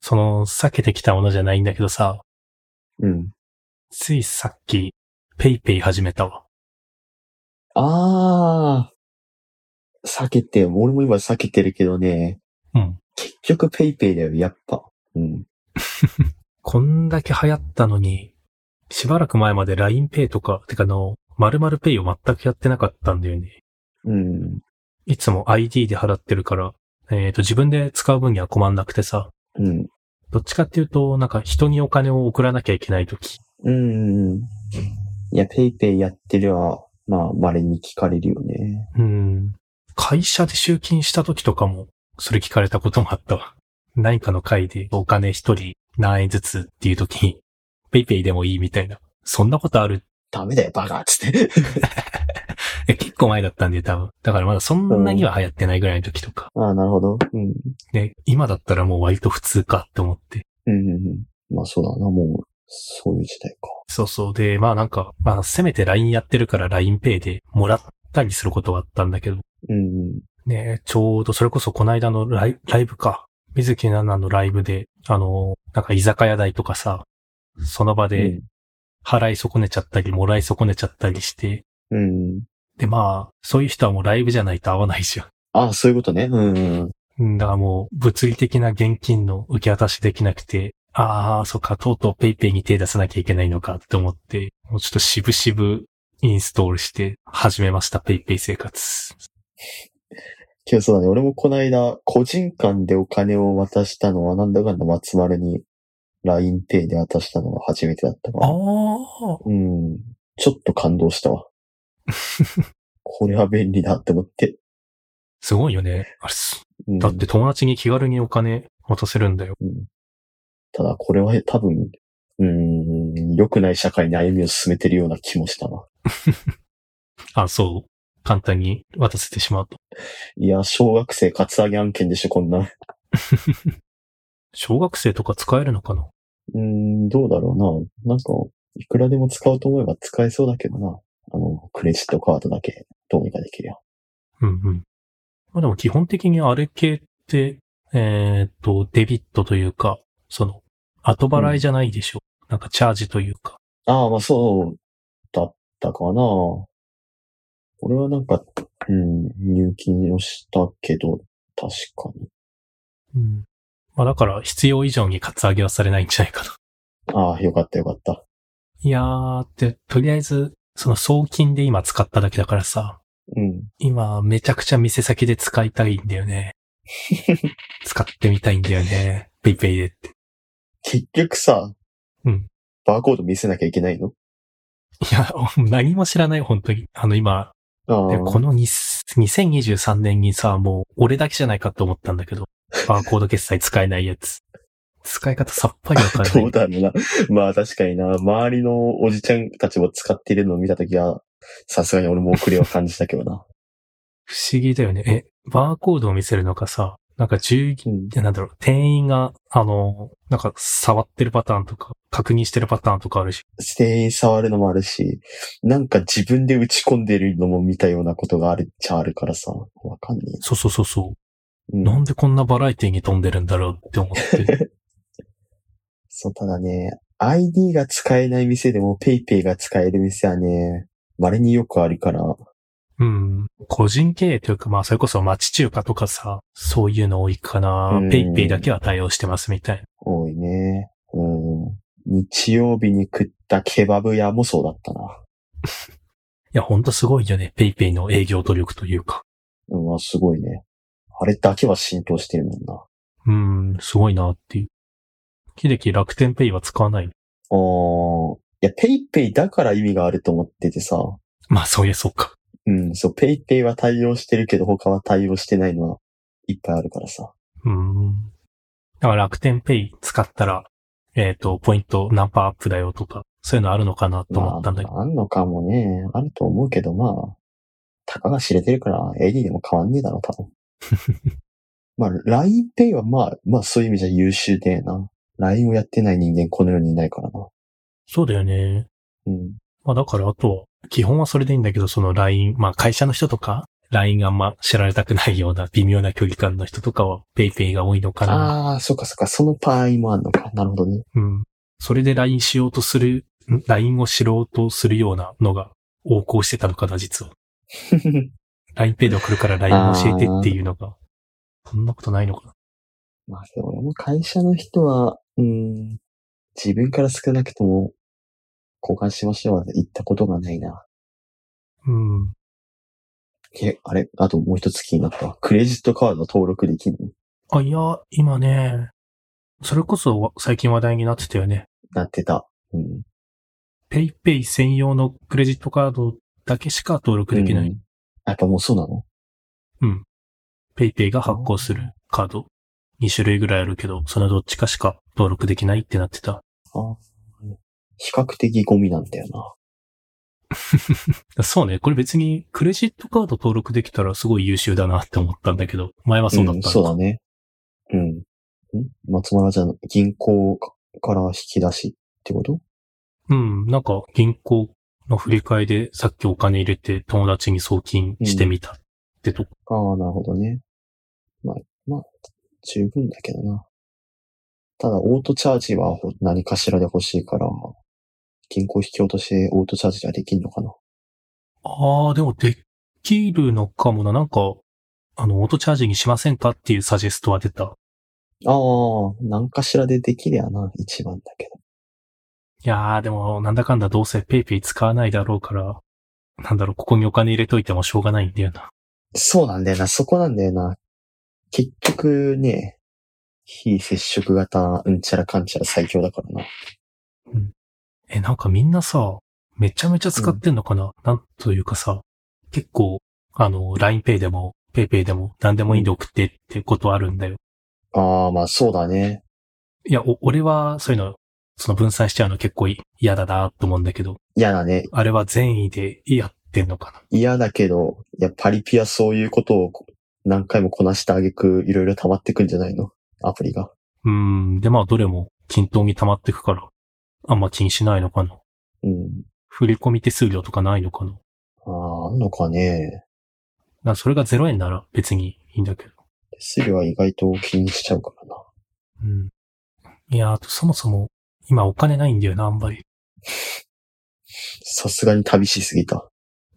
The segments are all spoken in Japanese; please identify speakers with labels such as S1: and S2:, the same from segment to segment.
S1: その、避けてきたものじゃないんだけどさ、
S2: うん。
S1: ついさっき、ペイペイ始めたわ。
S2: あー。避けて、俺も今避けてるけどね。
S1: うん。
S2: 結局ペイペイだよ、やっぱ。うん。
S1: こんだけ流行ったのに、しばらく前まで LINEPay とか、てかあの、〇〇 Pay を全くやってなかったんだよね。
S2: うん。
S1: いつも ID で払ってるから、えっ、と、自分で使う分には困んなくてさ、
S2: うん。
S1: どっちかっていうと、なんか人にお金を送らなきゃいけないとき。
S2: うん。いや、ペイペイやってりゃ、まあ、稀に聞かれるよね。
S1: うん。会社で集金したときとかも、それ聞かれたこともあったわ。何かの会でお金一人何円ずつっていうときに、ペイペイでもいいみたいな。そんなことある
S2: ダメだよ、バカっつって。
S1: え結構前だったんで多分。だからまだそんなには流行ってないぐらいの時とか。
S2: ああ、なるほど。うん。
S1: ね、今だったらもう割と普通かって思って。
S2: うんうんうん。まあそうだな、もう、そういう時代か。
S1: そうそう。で、まあなんか、まあせめて LINE やってるから LINEPay でもらったりすることはあったんだけど、
S2: うん
S1: ね、ちょうどそれこそこの間のライライブか。水木奈々のライブで、あの、なんか居酒屋代とかさ、その場
S2: うん。
S1: で払い損ねちゃったり、もらい損ねちゃったりして、
S2: うん、うん。
S1: でまあ、そういう人はもうライブじゃないと合わないじゃん。
S2: ああ、そういうことね。うんうん。
S1: うんだからもう、物理的な現金の受け渡しできなくて、ああ、そっか、とうとうペイペイに手出さなきゃいけないのかって思って、もうちょっと渋々インストールして始めました、ペイペイ生活。
S2: けどそうだね、俺もこの間、個人間でお金を渡したのは、なんだかんだ松丸に LINEPay で渡したのが初めてだったか
S1: あ
S2: ら。
S1: あ、
S2: うん。ちょっと感動し たわ。これは便利だって思って。
S1: すごいよね。あれす
S2: うん、
S1: だって友達に気軽にお金渡せるんだよ。
S2: うんただ、これは多分、うん、良くない社会に歩みを進めてるような気もしたな。
S1: あそう。簡単に渡せてしまうと。
S2: いや、小学生カツアゲ案件でしょ、こんな。
S1: 小学生とか使えるのかな
S2: うーん、どうだろうな。なんか、いくらでも使おうと思えば使えそうだけどな。あの、クレジットカードだけどうにかできるよ。
S1: うんうん。まあでも基本的にあれ系って、えーっと、デビットというか、その、後払いじゃないでしょ。なんかチャージというか。
S2: ああ、まあそうだったかな。俺はなんか、うん、入金をしたけど、確かに。
S1: うん。まあだから必要以上にカツアゲはされないんじゃないかな。
S2: ああ、よかったよかった。
S1: いやーって、とりあえず、その送金で今使っただけだからさ、
S2: うん。
S1: 今めちゃくちゃ店先で使いたいんだよね。使ってみたいんだよね。ペイペイでって。
S2: 結局さ、
S1: うん。
S2: バーコード見せなきゃいけないの
S1: いや、 何も知らない、本当に。あの今、
S2: あ
S1: で、こ
S2: あ、
S1: のに2023年にさ、もう俺だけじゃないかと思ったんだけど、バーコード決済使えないやつ。使い方さっぱりわからな
S2: ど
S1: い。
S2: うだろうな。まあ確かにな、周りのおじちゃんたちも使ってるのを見たときは、さすがに俺も遅れは感じたけ どな。
S1: 不思議だよね。え、バーコードを見せるのかさ、なんか従業
S2: うん。
S1: なんだろう、店員が、あの、なんか触ってるパターンとか、確認してるパターンとかあるし、
S2: 店員触るのもあるし、なんか自分で打ち込んでるのも見たようなことがあるっちゃあるからさ、わかんね
S1: そうそうそうそう。
S2: え。うん、
S1: なんでこんなバラエティに飛んでるんだろうって思 って。
S2: そう、ただね、ID が使えない店でも PayPay が使える店はね、稀によくあるから、
S1: うん。個人経営というか、まあ、それこそ町中華とかさ、そういうの多いかな
S2: う。ん
S1: ペイペイだけは対応してますみたいな。
S2: 多いね。うん。日曜日に食ったケバブ屋もそうだったな。
S1: いや、ほんとすごいよね。ペイペイの営業努力というか。
S2: うん、まあすごいね。あれだけは浸透してるもんな。
S1: うーん、すごいなっていう。秀樹楽天ペイは使わない。
S2: あーいや、PayPay だから意味があると思っててさ、
S1: まあ、そういや、そうか。
S2: うん、そう、ペイペイは対応してるけど、他は対応してないのはいっぱいあるからさ。
S1: うーん。だから楽天ペイ使ったら、えっ、と、ポイント何パーアップだよとか、そういうのあるのかなと思ったんだけど。
S2: まあ、あんのかもね、あると思うけど、まあ、たかが知れてるから、AD でも変わんねえだろ、多分。まあ、LINEPay はまあ、まあそういう意味じゃ優秀でな。LINE をやってない人間この世にいないからな。
S1: そうだよね。
S2: うん。
S1: まあ、だから、あとは、基本はそれでいいんだけど、その LINE、まあ、会社の人とか、 LINE があんま知られたくないような微妙な距離感の人とかは PayPay が多いのかな。
S2: ああ、そっかそっか、その場合もあんのか。なるほどね。
S1: うん。それで LINE しようとする、ん LINE を知ろうとするようなのが横行してたのかな、実は。LINEPay で送るから LINE 教えてっていうのが、そんなことないのかな。
S2: まあでも俺も会社の人は、うん、自分から少なくとも交換しましょうは言ったことがないな。
S1: うん。
S2: え、あれあともう一つ気になったわ。クレジットカード登録できるの
S1: あ、いや、今ね、それこそわ最近話題になってたよね。
S2: なってた。うん。
S1: PayPay 専用のクレジットカードだけしか登録できな
S2: う
S1: い。
S2: んやっぱもうそうなの
S1: PayPay が発行するカード。2種類ぐらいあるけど、そのどっちかしか登録できないってなってた。
S2: 比較的ゴミなんだよな。
S1: そうね。これ別にクレジットカード登録できたらすごい優秀だなって思ったんだけど、前はそうだった
S2: ん
S1: のか
S2: そうだね。うん。ん松村じゃん、銀行かから引き出しってこと
S1: うん。なんか銀行の振り替えでさっきお金入れて友達に送金してみたってとこ。
S2: ああ、なるほどね。まあ、まあ、十分だけどな。ただ、オートチャージはほ何かしらで欲しいから、銀行引き落としてオートチャージができんのかな。
S1: ああ、でもできるのかもな。なんか、あの、オートチャージにしませんかっていうサジェストは出た。
S2: ああ、何かしらでできりゃな、一番だけど。
S1: いやー、でも、なんだかんだどうせペイペイ使わないだろうから、なんだろう、ここにお金入れといてもしょうがないんだよな。
S2: そうなんだよな、そこなんだよな。結局ね、非接触型、うんちゃらかんちゃら最強だからな。
S1: え、なんかみんなさ、めちゃめちゃ使ってんのかな、なんというかさ、結構、あの、LINEPay でも、PayPay でも、なんでもいいんで送ってってことあるんだよ。
S2: ああ、まあそうだね。
S1: いや、お俺は、そういうの、その分散しちゃうの結構い嫌だなと思うんだけど、
S2: 嫌だね。
S1: あれは善意でやってんのかな
S2: 嫌だけど、いや、パリピはそういうことをこ何回もこなしてあげく、いろいろ溜まってくんじゃないのアプリが。
S1: うん。で、まあ、どれも均等に溜まってくから、あんま気にしないのかな。
S2: うん。
S1: 振り込み手数料とかないのかな。
S2: ああ、あんのかね。
S1: なそれが0円なら別にいいんだけど。
S2: 手数料は意外と気にしちゃうからな。
S1: うん。いや、あとそもそも、今お金ないんだよな、あんまり。
S2: さすがに旅しすぎた。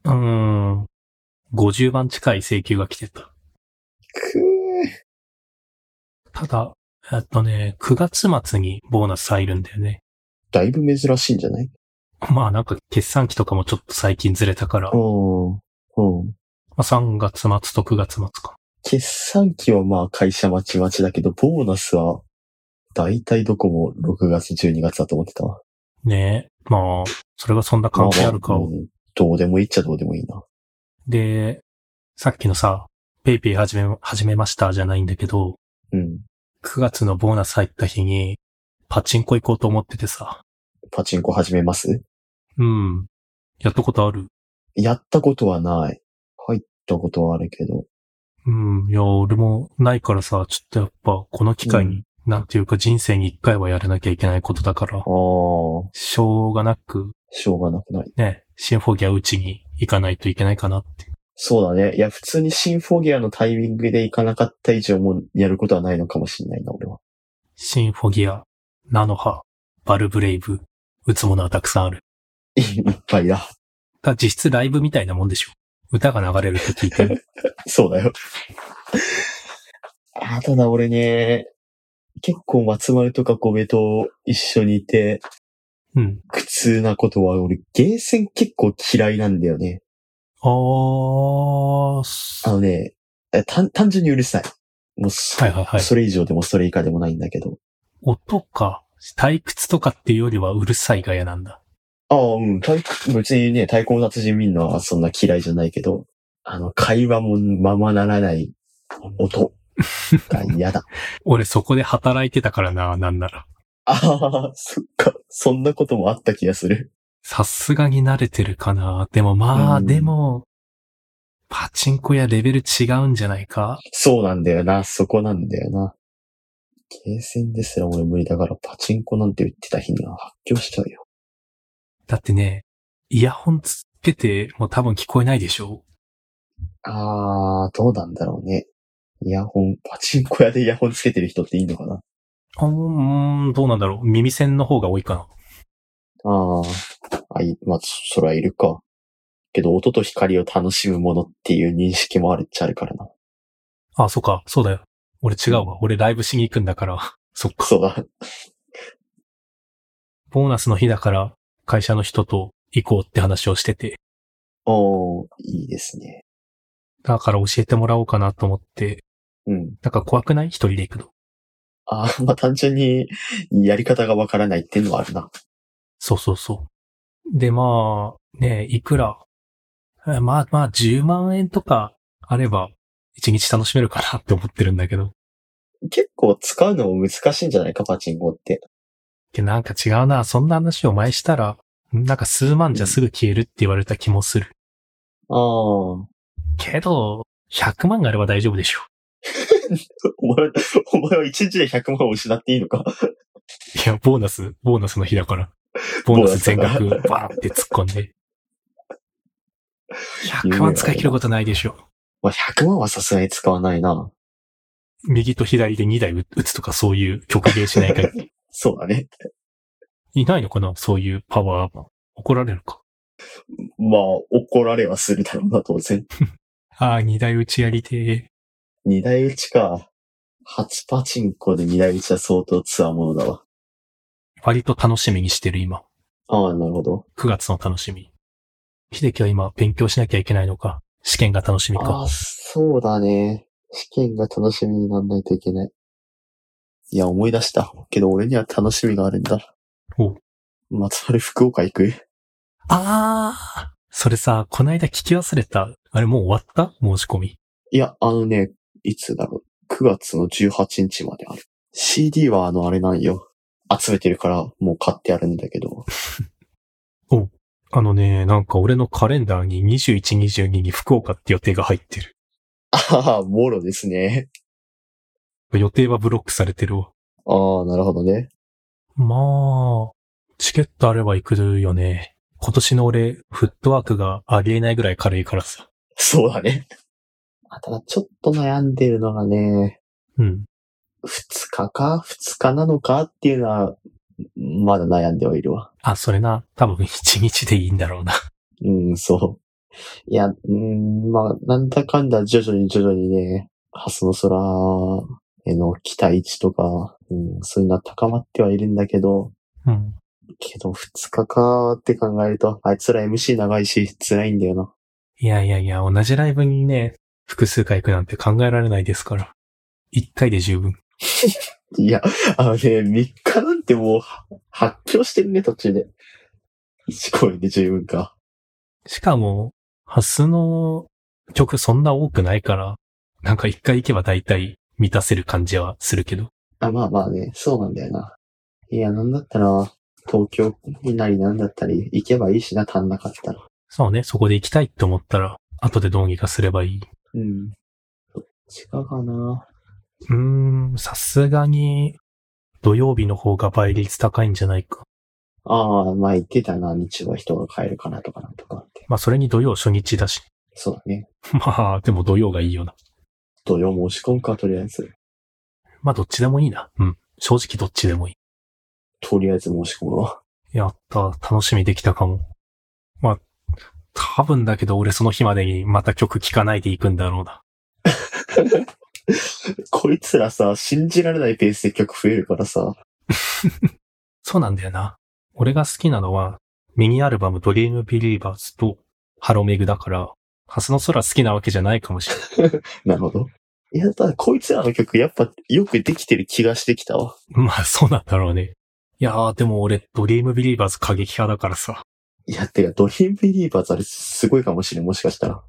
S1: うーん。50万近い請求が来てた。
S2: く
S1: ただ、えっとね、9月末にボーナス入るんだよね。
S2: ー。だいぶ珍しいんじゃない
S1: まあなんか決算期とかもちょっと最近ずれたから、
S2: う
S1: ま
S2: ん。うん。
S1: あ、3月末と9月末か。
S2: 決算期はまあ会社まちまちだけど、ボーナスは、だいたいどこも6月、12月だと思ってたわ。
S1: ねえ。まあ、それがそんな関係あるかを
S2: ままうんどうでもいいっちゃどうでもいいな。
S1: で、さっきのさ、ペイペイ始め、始めましたじゃないんだけど、
S2: うん。
S1: 9月のボーナス入った日に、パチンコ行こうと思っててさ。
S2: パチンコ始めます
S1: うん。やったことある
S2: やったことはない。入ったことはあるけど。
S1: うん。いや、俺もないからさ、ちょっとやっぱ、この機会に、
S2: う
S1: なんていうか人生に一回はやらなきゃいけないことだから
S2: ああ、、し
S1: しょうがなく、
S2: ょうがなくない。
S1: ね、シンフォギア打ちに行かないといけないかなって。
S2: そうだね。いや、普通にシンフォギアのタイミングで行かなかった以上もうやることはないのかもしれないな、俺は。
S1: シンフォギア、ナノハ、バルブレイブ、打つものはたくさんある。
S2: いっぱいだ。
S1: が実質ライブみたいなもんでしょ。歌が流れると聞いてる。
S2: そうだよ。あーただ俺ね、結構松丸とか米と一緒にいて、
S1: うん。
S2: 苦痛なことは俺、ゲーセン結構嫌いなんだよね。
S1: あー、
S2: あ
S1: す
S2: のね、え単単純にうるさい。もうそ、
S1: はいはいはい。
S2: それ以上でもそれ以下でもないんだけど。
S1: 音か、退屈とかっていうよりはうるさいが嫌なんだ。
S2: ああ、うん。太鼓別にね、太鼓の達人見るのはそんな嫌いじゃないけど、あの、会話もままならない音が 嫌だ。
S1: 俺そこで働いてたからな、なんなら。
S2: ああ、そっか。そんなこともあった気がする。
S1: さすがに慣れてるかな。でもまあ、
S2: うん
S1: でも、パチンコやレベル違うんじゃないか
S2: そうなんだよな。そこなんだよな。ゲーセンですら俺無理だから、パチンコなんて言ってた日には発狂しちゃうよ。
S1: だってね、イヤホンつけてもう多分聞こえないでしょ
S2: あー、どうなんだろうね。イヤホン、パチンコ屋でイヤホンつけてる人っていいのかな
S1: あーうーん、どうなんだろう。耳栓の方が多いかな。
S2: あー、あい、まあ、そそれはいるか。けど、音と光を楽しむものっていう認識もあるっちゃあるからな。
S1: あー、そっか、そうだよ。俺違うわ。俺ライブしに行くんだから。 そっか。
S2: そうだ。
S1: ボーナスの日だから会社の人と行こうって話をしてて。
S2: おー、いいですね。
S1: だから教えてもらおうかなと思って。
S2: うん。
S1: なんか怖くない一人で行くの。
S2: あー、まあ、 単純に、やり方がわからないっていうのはあるな。
S1: そうそうそう。で、まあ、ね、いくら、えまあまあ、10万円とかあれば、一日楽しめるかなって思ってるんだけど。
S2: 結構使うのも難しいんじゃないか、パチンコって。
S1: けどなんか違うな。そんな話を前したら、なんか数万じゃすぐ消えるって言われた気もする。
S2: あー、 お
S1: けど、100万があれば大丈夫でしょ。
S2: 前、お前は一日で100万を失っていいのか。
S1: いや、ボーナス、ボーナスの日だから。ボーナス全額バーって突っ込ん で。100万使い切ることないでしょ。
S2: まあ、100万はさすがに使わないな。
S1: 右と左で2台打つとかそういう極限しない限り。
S2: そうだね。
S1: いないのかなそういうパワーマン。怒られるか。
S2: まあ、怒られはするだろうな、当然。
S1: ああ、2台打ちやりてー
S2: 二台打ちか。初パチンコで二台打ちは相当つわものだわ。
S1: 割と楽しみにしてる今。
S2: ああ、なるほど。
S1: 9月の楽しみ。秀樹は今勉強しなきゃいけないのか。試験が楽しみ
S2: あ
S1: か。
S2: あ、そうだね。試験が楽しみにならないといけない。いや、思い出した。けど俺には楽しみがあるんだ。
S1: おう
S2: 松丸福岡行く
S1: ああそれさ、こないだ聞き忘れた。あれもう終わった申し込み。
S2: いや、あのね、いつだろう。9月の18日まである。CD はあの、あれなんよ。集めてるから、もう買ってやるんだけど。
S1: あのね、なんか俺のカレンダーに21、22に福岡って予定が入ってる。
S2: ああ、もろですね。
S1: 予定はブロックされてるわ。
S2: ああ、なるほどね。
S1: まあ、チケットあれば行くよね。今年の俺、フットワークがありえないぐらい軽いからさ。
S2: そうだね。あただちょっと悩んでるのがね、
S1: うん。
S2: 二日か二日なのかっていうのは、まだ悩んではいるわ。
S1: あ、それな、多分1日でいいんだろうな。
S2: うん、そう。いや、うん、まあ、なんだかんだ徐々に徐々にね、ハスの空への期待値とか、うん、そういうのは高まってはいるんだけど、
S1: うん。
S2: けど二日かって考えると、あいつら MC 長いし辛いんだよな。
S1: いやいやいや、同じライブにね、複数回行くなんて考えられないですから。1回で十分。
S2: いや、あのね、3日なんてもうは発表してるね、途中で。1公演で十分か。
S1: しかも、ハスの曲そんな多くないから、なんか1回行けば大体満たせる感じはするけど。
S2: あ、まあまあね、そうなんだよな。いや、なんだったら、東京なりなんだったり、行けばいいしな、足んなかったら。
S1: そうね、そこで行きたいって思ったら、後でどうにかすればいい。
S2: うん。どっちかかな。
S1: うーん、さすがに、土曜日の方が倍率高いんじゃないか。
S2: ああ、まあ言ってたな、日曜は人が帰るかなとかなんとかって。
S1: まあそれに土曜初日だし。
S2: そうだね。
S1: まあ、でも土曜がいいよな。
S2: 土曜申し込むか、とりあえず。
S1: まあどっちでもいいな。うん。正直どっちでもいい。
S2: とりあえず申し込むわ。
S1: やった。楽しみできたかも。まあ、多分だけど俺その日までにまた曲聴かないでいくんだろうな。
S2: こいつらさ、信じられないペースで曲増えるからさ。
S1: そうなんだよな。俺が好きなのは、ミニアルバムドリームビリーバーズとハロメグだから、ハスの空好きなわけじゃないかもしれない。
S2: なるほど。いや、ただこいつらの曲、やっぱよくできてる気がしてきたわ。
S1: まあそうなんだろうね。いやーでも俺、ドリームビリーバーズ過激派だからさ。
S2: いや、てか、ドリームビリーバーズあれすごいかもしれん、もしかしたら。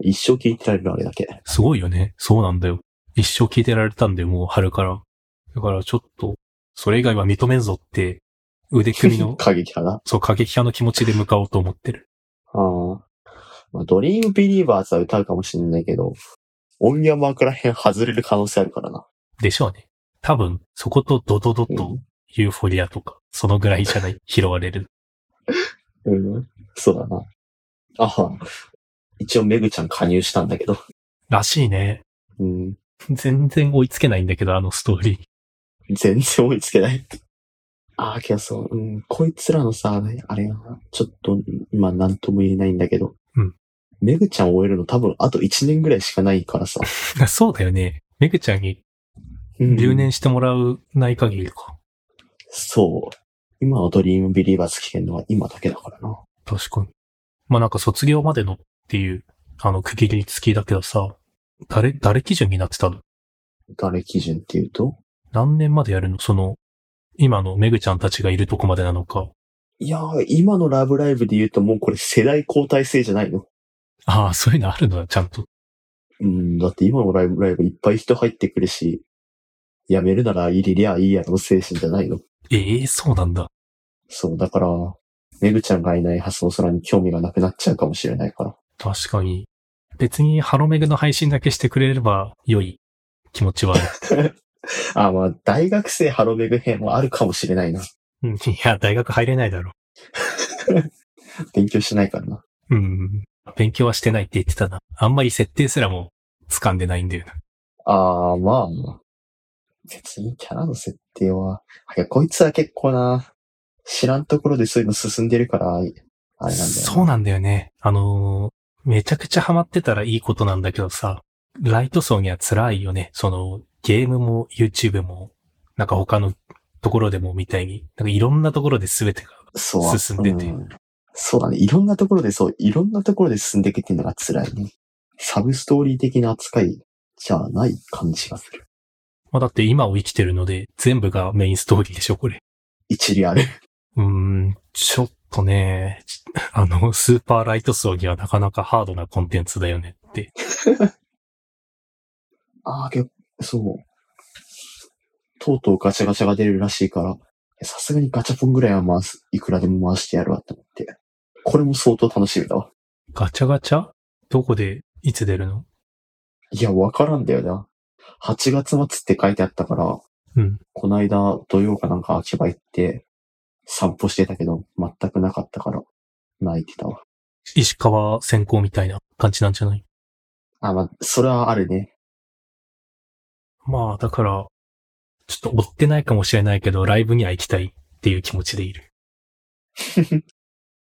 S2: 一生聴いてられるあれだけ。
S1: すごいよね。そうなんだよ。一生聞いてられたんだよ、もう春から。だからちょっと、それ以外は認めんぞって、腕組みの、
S2: 過激派な。
S1: そう、過激派の気持ちで向かおうと思ってる。
S2: あーまあ。ドリームビリーバーズは歌うかもしれないけど、音山から辺外れる可能性あるからな。
S1: でしょうね。多分、そことドドドとユーフォリアとか、そのぐらいじゃない、拾われる。
S2: うん。そうだな。あは。一応メグちゃん加入したんだけど。
S1: らしいね。
S2: うん。
S1: 全然追いつけないんだけど、あのストーリー。
S2: 全然追いつけない。ああ、けどそう、うん、こいつらのさ、あれな、ちょっと、今なんとも言えないんだけど。
S1: うん。
S2: メグちゃんを終えるの多分あと1年ぐらいしかないからさ。
S1: そうだよね。めぐちゃんに
S2: うん
S1: 留年してもらうない限りか。
S2: そう。今のドリームビリーバーズ聞けるのは今だけだからな。
S1: 確かに。まあなんか卒業までのっていう、あの、区切り付きだけどさ、誰、誰基準になってたの
S2: 誰基準っていうと
S1: 何年までやるのその、今のめぐちゃんたちがいるとこまでなのか。
S2: いやー、今のラブライブで言うともうこれ世代交代制じゃないの。
S1: ああ、そういうのあるのだ、ちゃんと。
S2: うん、だって今のライブライブいっぱい人入ってくるし、やめるなら入れりゃいいやろ精神じゃないの。
S1: ええそうなんだ。
S2: そう、だから、めぐちゃんがいないハスの空に興味がなくなっちゃうかもしれないから。
S1: 確かに。別にハロメグの配信だけしてくれれば良い気持ちはある。
S2: あ、まあ、大学生ハロメグ編もあるかもしれないな。
S1: うんいや、大学入れないだろ
S2: 勉強しないからな。
S1: う。うん。勉強はしてないって言ってたな。あんまり設定すらも掴んでないんだよな。
S2: ああ、まあ、別にキャラの設定は、いや、こいつは結構な、知らんところでそういうの進んでるから、あれなんだよな。
S1: そうなんだよね。あのーめちゃくちゃハマってたらいいことなんだけどさ、ライト層には辛いよね。その、ゲームも YouTube も、なんか他のところでもみたいに、なんかいろんなところで全てが。
S2: そう
S1: 進んでて
S2: うんそうだね。いろんなところでそう、いろんなところで進んでいくっていうのが辛いね。サブストーリー的な扱いじゃない感じがする。
S1: まあだって今を生きてるので、全部がメインストーリーでしょ、これ。
S2: 一理 ある。
S1: うーん、ちょっとね、ちあの、スーパーライト層にはなかなかハードなコンテンツだよねって。
S2: ああ、けど、そう。とうとうガチャガチャが出るらしいから、さすがにガチャポンぐらいは回す、いくらでも回してやるわって思って。これも相当楽しみだわ。
S1: ガチャガチャどこで、いつ出るの
S2: いや、わからんだよな。8月末って書いてあったから、
S1: うん。
S2: この間土曜かなんか秋葉行って散歩してたけど、全くなかったから、泣いてたわ。
S1: 石川先行みたいな感じなんじゃない
S2: あ、まあ、それはあるね。
S1: まあ、だから、ちょっと追ってないかもしれないけど、ライブには行きたいっていう気持ちでいる。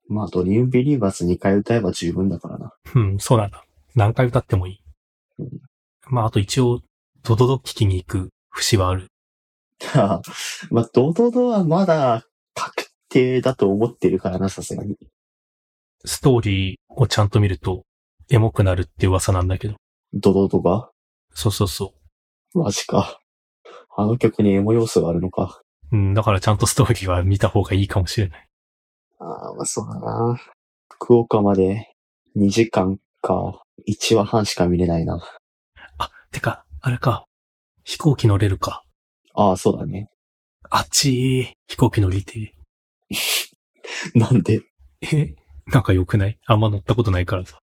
S2: まあ、ドリームビリーバーズ2回歌えば十分だからな。
S1: うん、そうなんだ。何回歌ってもいい
S2: うん。
S1: まあ、あと一応、ドドド聞きに行く節はある。
S2: まあ、ドドドはまだ確定だと思ってるからな、さすがに。
S1: ストーリーをちゃんと見ると、エモくなるって噂なんだけど。
S2: ドドドが
S1: そうそうそ
S2: マジか。あの曲にエモ要素があるのか。
S1: う。うん、だからちゃんとストーリーは見た方がいいかもしれない。
S2: ああ、まあそうだな。福岡まで2時間か1話半しか見れないな。
S1: あ、てか、あれか。飛行機乗れるか。
S2: ああ、そうだね。
S1: あっちー、飛行機乗りて
S2: なんで
S1: ー。え、なんか良くないあんま乗ったことないからさ。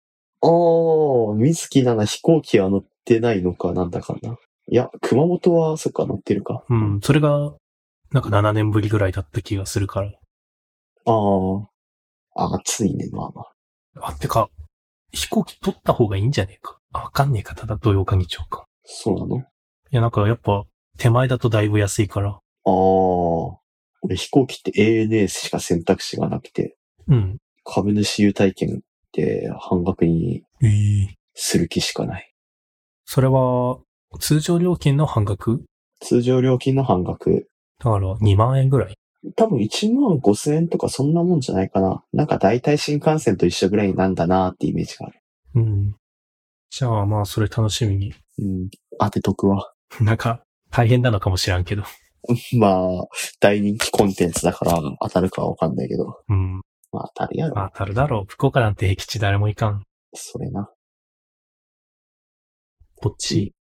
S2: ああ、水木なな飛行機は乗ってないのかなんだかな。いや、熊本は、そっか、乗ってるか。
S1: うん、それが、なんか7年ぶりぐらいだった気がするから。
S2: ああ。あ暑いね、まあまあ。
S1: あ、てか、飛行機取った方がいいんじゃねえか。あわかんねえか、ただ土曜か日曜か。
S2: そうなの
S1: いや、なんかやっぱ、手前だとだいぶ安いから。
S2: ああ。俺飛行機って ANA しか選択肢がなくて、
S1: うん。
S2: 株主優待券って半額に
S1: ええ
S2: する気しかない。
S1: それは、通常料金の半額
S2: 通常料金の半額。
S1: だから2万円ぐらい。
S2: 多分1万5千円とかそんなもんじゃないかな。なんか大体新幹線と一緒ぐらいなんだなーってイメージがある。
S1: うん。じゃあまあ、それ楽しみに。
S2: うん。当てとくわ。
S1: なんか、大変なのかもしらんけど。
S2: まあ、大人気コンテンツだから当たるかはわかんないけど。
S1: うん。
S2: まあ当たるやろ。
S1: まあ当たるだろう。福岡なんて僻地誰も行かん。
S2: それな。
S1: こっち。